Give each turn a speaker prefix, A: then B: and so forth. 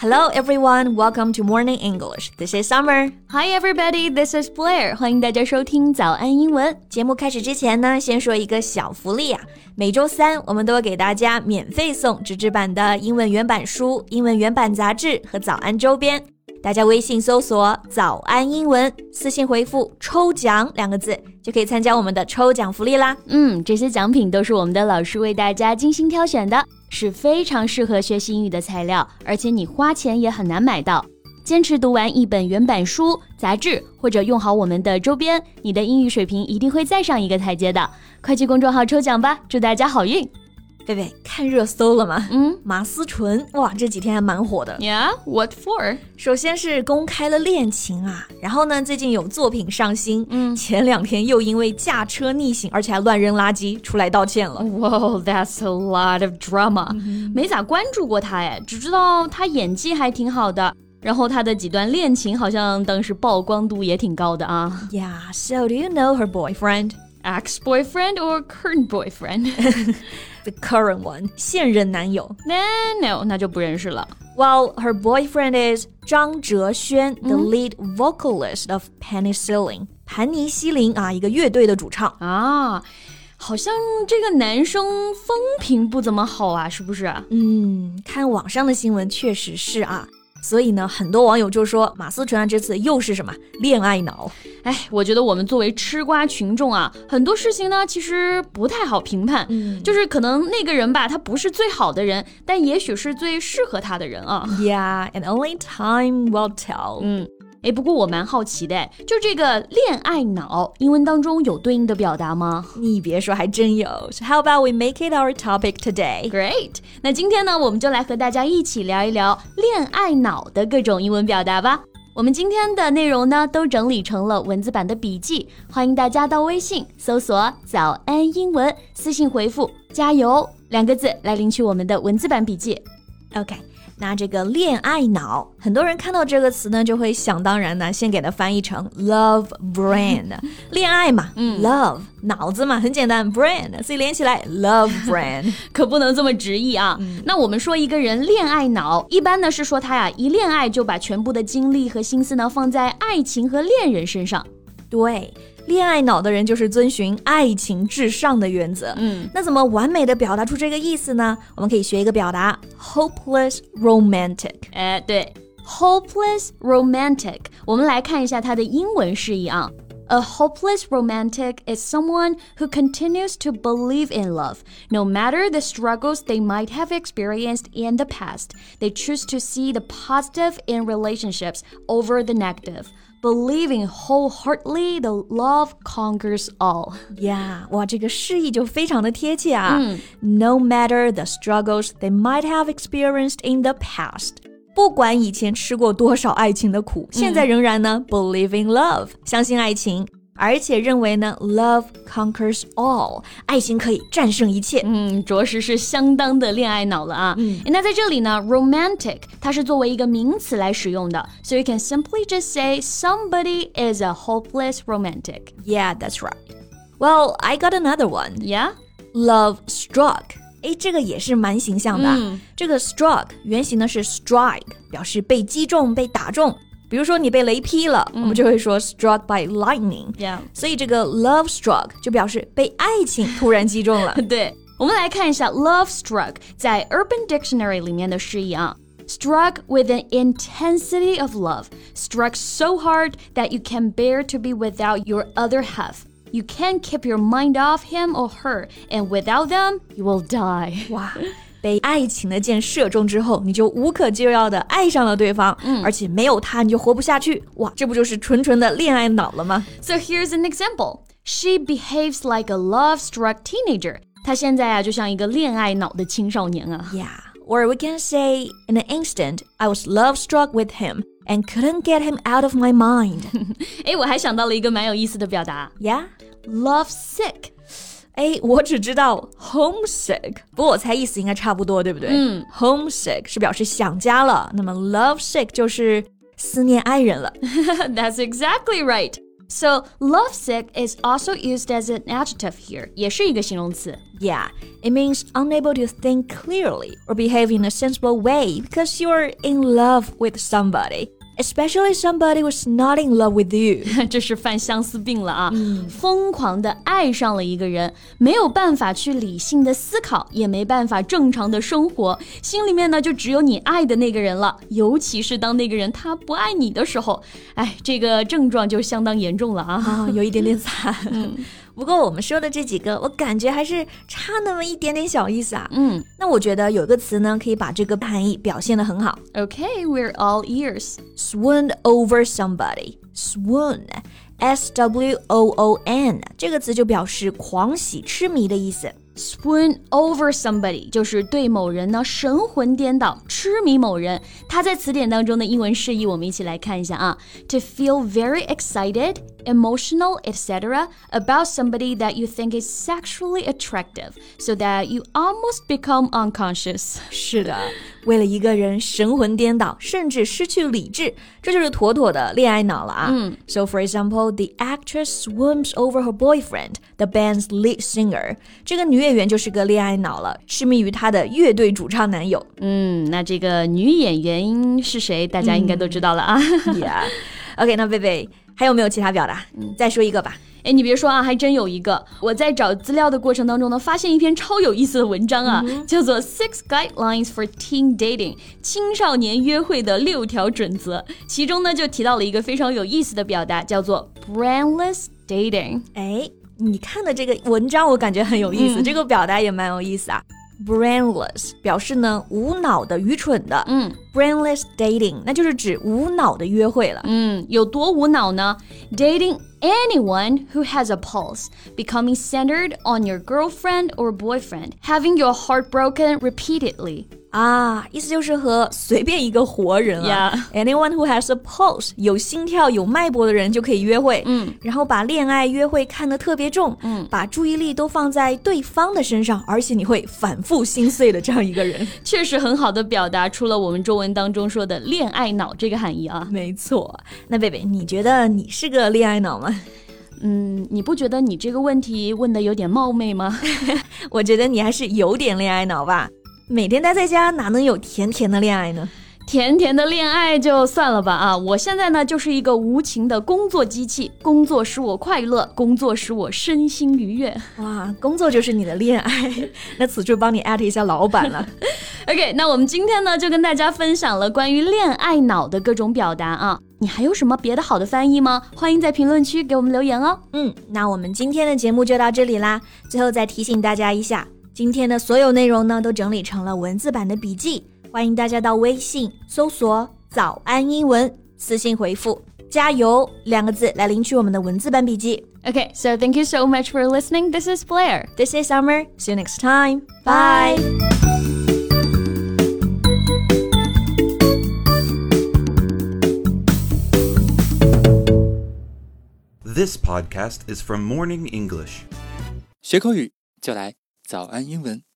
A: Hello everyone, welcome to Morning English. This is Summer.
B: Hi everybody, this is Blair. 欢迎大家收听早安英文。
A: 节目开始之前呢，先说一个小福利啊。每周三我们都会给大家免费送纸质版的英文原版书、英文原版杂志和早安周边。大家微信搜索“早安英文”，私信回复“抽奖”两个字，就可以参加我们的抽奖福利啦。
B: 嗯，这些奖品都是我们的老师为大家精心挑选的，是非常适合学习英语的材料，而且你花钱也很难买到。坚持读完一本原版书、杂志，或者用好我们的周边，你的英语水平一定会再上一个台阶的。快去公众号抽奖吧，祝大家好运！
A: 贝贝，看热搜了吗？
B: 嗯
A: 马思纯，哇，这几天还蛮火的。
B: ，Yeah，what for？
A: 首先是公开了恋情啊，然后呢，最近有作品上新，
B: 嗯
A: 前两天又因为驾车逆行，而且还乱扔垃圾，出来道歉了。
B: Whoa, that's a lot of drama. 哦没咋关注过他哎，只知道他演技还挺好的，然后他的几段恋情好像当时曝光度也挺高的啊。
A: Yeah, so do you know her boyfriend?
B: Ex boyfriend or current boyfriend?
A: The current one，现任男友。
B: Then no，那就不认识了。
A: Well, her boyfriend is 张哲轩，the
B: 嗯
A: lead vocalist of Penicillin，盘尼西林啊，一个乐队的主唱。
B: 啊，好像这个男生风评不怎么好啊，是不是？
A: 嗯，看网上的新闻确实是啊，所以呢，很多网友就说马思纯啊，这次又是什么恋爱脑？
B: 哎，我觉得我们作为吃瓜群众啊，很多事情呢其实不太好评判。
A: 嗯
B: 就是可能那个人吧，他不是最好的人，但也许是最适合他的人啊。
A: ，Yeah, and only time will tell、
B: 嗯，哎，不过我蛮好奇的，哎就这个恋爱脑，英文当中有对应的表达吗
A: 你别说，还真有。So how about we make it our topic today?
B: ？Great，那今天呢，我们就来和大家一起聊一聊恋爱脑的各种英文表达吧。我们今天的内容呢，都整理成了文字版的笔记，欢迎大家到微信搜索“早安英文”，私信回复“加油”两个字来领取我们的文字版笔记。
A: OK，那这个恋爱脑，很多人看到这个词呢，就会想当然呢，先给它翻译成 love brain，恋 爱嘛，
B: 嗯
A: l o v e 脑子嘛，很简单，brain，所以连起来 love brain。
B: 可不能这么直译啊。那我们说一个人恋爱脑，一般呢是说他呀一恋爱就把全部的精力和心思呢放在爱情和恋人身上。
A: 对，恋爱脑的人就是遵循爱情至上的原则。
B: 嗯，
A: 那怎么完美的表达出这个意思呢？我们可以学一个表达，hopeless romantic。
B: 哎，对，hopeless romantic。我们来看一下它的英文释义啊。A hopeless romantic is someone who continues to believe in love. No matter the struggles they might have experienced in the past, they choose to see the positive in relationships over the negative, believing wholeheartedly the love conquers all.
A: 呀哇，这个释义就非常的贴切啊。No matter the struggles they might have experienced in the past，不管以前吃过多少爱情的苦，现在仍然呢 believe in love，相信爱情，而且认为呢 love conquers all，爱情可以战胜一切。
B: 嗯，着实是相当的恋爱脑了啊。嗯，那在这里呢，romantic 它是作为一个名词来使用的，so you can simply just say somebody is a hopeless romantic.
A: Yeah，that's right. Well, I got another one.
B: Yeah.
A: Love struck，哎，这个也是蛮形象的啊。这个 struck 原型呢是 strike，表示被击中、被打中。比如说你被雷劈了，我们就会说 struck by lightning。
B: Yeah.
A: 所以这个 love struck 就表示被爱情突然击 中了。
B: 对，我们来看一下 love struck 在 Urban Dictionary 里面的释义啊。Struck with an intensity of love, struck so hard that you can bear to be without your other half. You can't keep your mind off him or her, and without them, you will die.
A: 哇，被爱情的箭射中之后，你就无可救药的爱上了对方，而且没有他你就活不下去。哇，这不就是纯纯的恋爱脑了吗？
B: So here's an example. She behaves like a love-struck teenager. 她现在啊，就像一个恋爱脑的青少年啊。
A: Yeah, or we can say, in an instant, I was love struck with him and couldn't get him out of my mind.
B: 诶，我还想到了一个蛮有意思的表达
A: yeah?
B: ，love-sick。
A: 哎，我只知道 homesick，不过我猜意思应该差不多，对不对？嗯，homesick 是表示想家了，那么 lovesick 就是思念爱人了。
B: That's exactly right. So lovesick is also used as an adjective here，也是一个形容词。
A: Yeah, it means unable to think clearly or behave in a sensible way because you're in love with somebody, especially somebody who's not in love with you.
B: 这是犯相思病了啊！疯狂的爱上了一个人，没有办法去理性的思考，也没办法正常的生活，心里面呢就只有你爱的那个人了。尤其是当那个人他不爱你的时候，哎，这个症状就相当严重了啊！
A: 啊、有一点点惨。 不过我们说的这几个，我感觉还是差那么一点点小意思啊。
B: 嗯
A: 那我觉得有一个词呢，可以把这个含义表现的很好
B: ，OK，we're、all ears。
A: ，swoon over somebody。swoon。S W O O N 这个词就表示狂喜、痴迷的意思。
B: swoon over somebody 就是对某人呢神魂颠倒、痴迷某人。它在词典当中的英文释义，我们一起来看一下啊。To feel very excited, emotional, etc. about somebody that you think is sexually attractive, so that you almost become unconscious.
A: 是的，为了一个人神魂颠倒，甚至失去理智，这就是妥妥的恋爱脑了啊。So for example, the actress swims over her boyfriend, the band's lead singer。这个女演员就是个恋爱脑了，痴迷于她的乐队主唱男友。
B: 嗯，那这个女演员是谁？大家应该都知道了啊。
A: yeah. OK，那贝贝还有没有其他表达？再说一个吧。
B: 哎，你别说啊，还真有一个。我在找资料的过程当中呢，发现一篇超有意思的文章啊，叫做《Six Guidelines for Teen Dating》青少年约会的六条准则。其中呢，就提到了一个非常有意思的表达，叫做 “brainless dating”。
A: 哎，你看的这个文章，我感觉很有意思，这个表达也蛮有意思啊。Brainless 表示呢无脑的、愚蠢的。
B: 嗯
A: Brainless dating 那就是指无脑的约会了。
B: 嗯，有多无脑呢？Dating anyone who has a pulse, becoming centered on your girlfriend or boyfriend, having your heart broken repeatedly.
A: 啊，意思就是和随便一个活人啊 anyone who has a pulse 有心跳、有脉搏的人就可以约会，嗯，然后把恋爱约会看得特别重，嗯，把注意力都放在对方的身上，而且你会反复心碎的这样一个人，
B: 确实很好的表达出了我们中文当中说的“恋爱脑”这个含义啊。
A: 没错。那贝贝，你觉得你是个恋爱脑吗？
B: 嗯，你不觉得你这个问题问的有点冒昧吗？
A: 我觉得你还是有点恋爱脑吧，每天待在家哪能有甜甜的恋爱呢？
B: 甜甜的恋爱就算了吧啊！我现在呢就是一个无情的工作机器，工作使我快乐，工作使我身心愉悦。
A: 哇，工作就是你的恋爱， 那此处帮你艾特一下老板了。
B: OK，那我们今天呢就跟大家分享了关于恋爱脑的各种表达啊。你还有什么别的好的翻译吗？欢迎在评论区给我们留言哦。
A: 嗯，那我们今天的节目就到这里啦。最后再提醒大家一下，今天的所有内容呢都整理成了文字版的笔记，欢迎大家到微信搜索“早安英文”，私信回复“加油”两个字来领取我们的文字版笔记。
B: OK，so、thank you so much for listening. This is Blair.
A: This is Summer. See you next time.
B: Bye.
A: Bye.
C: This podcast is from Morning English.
D: 学口语就来早安英文。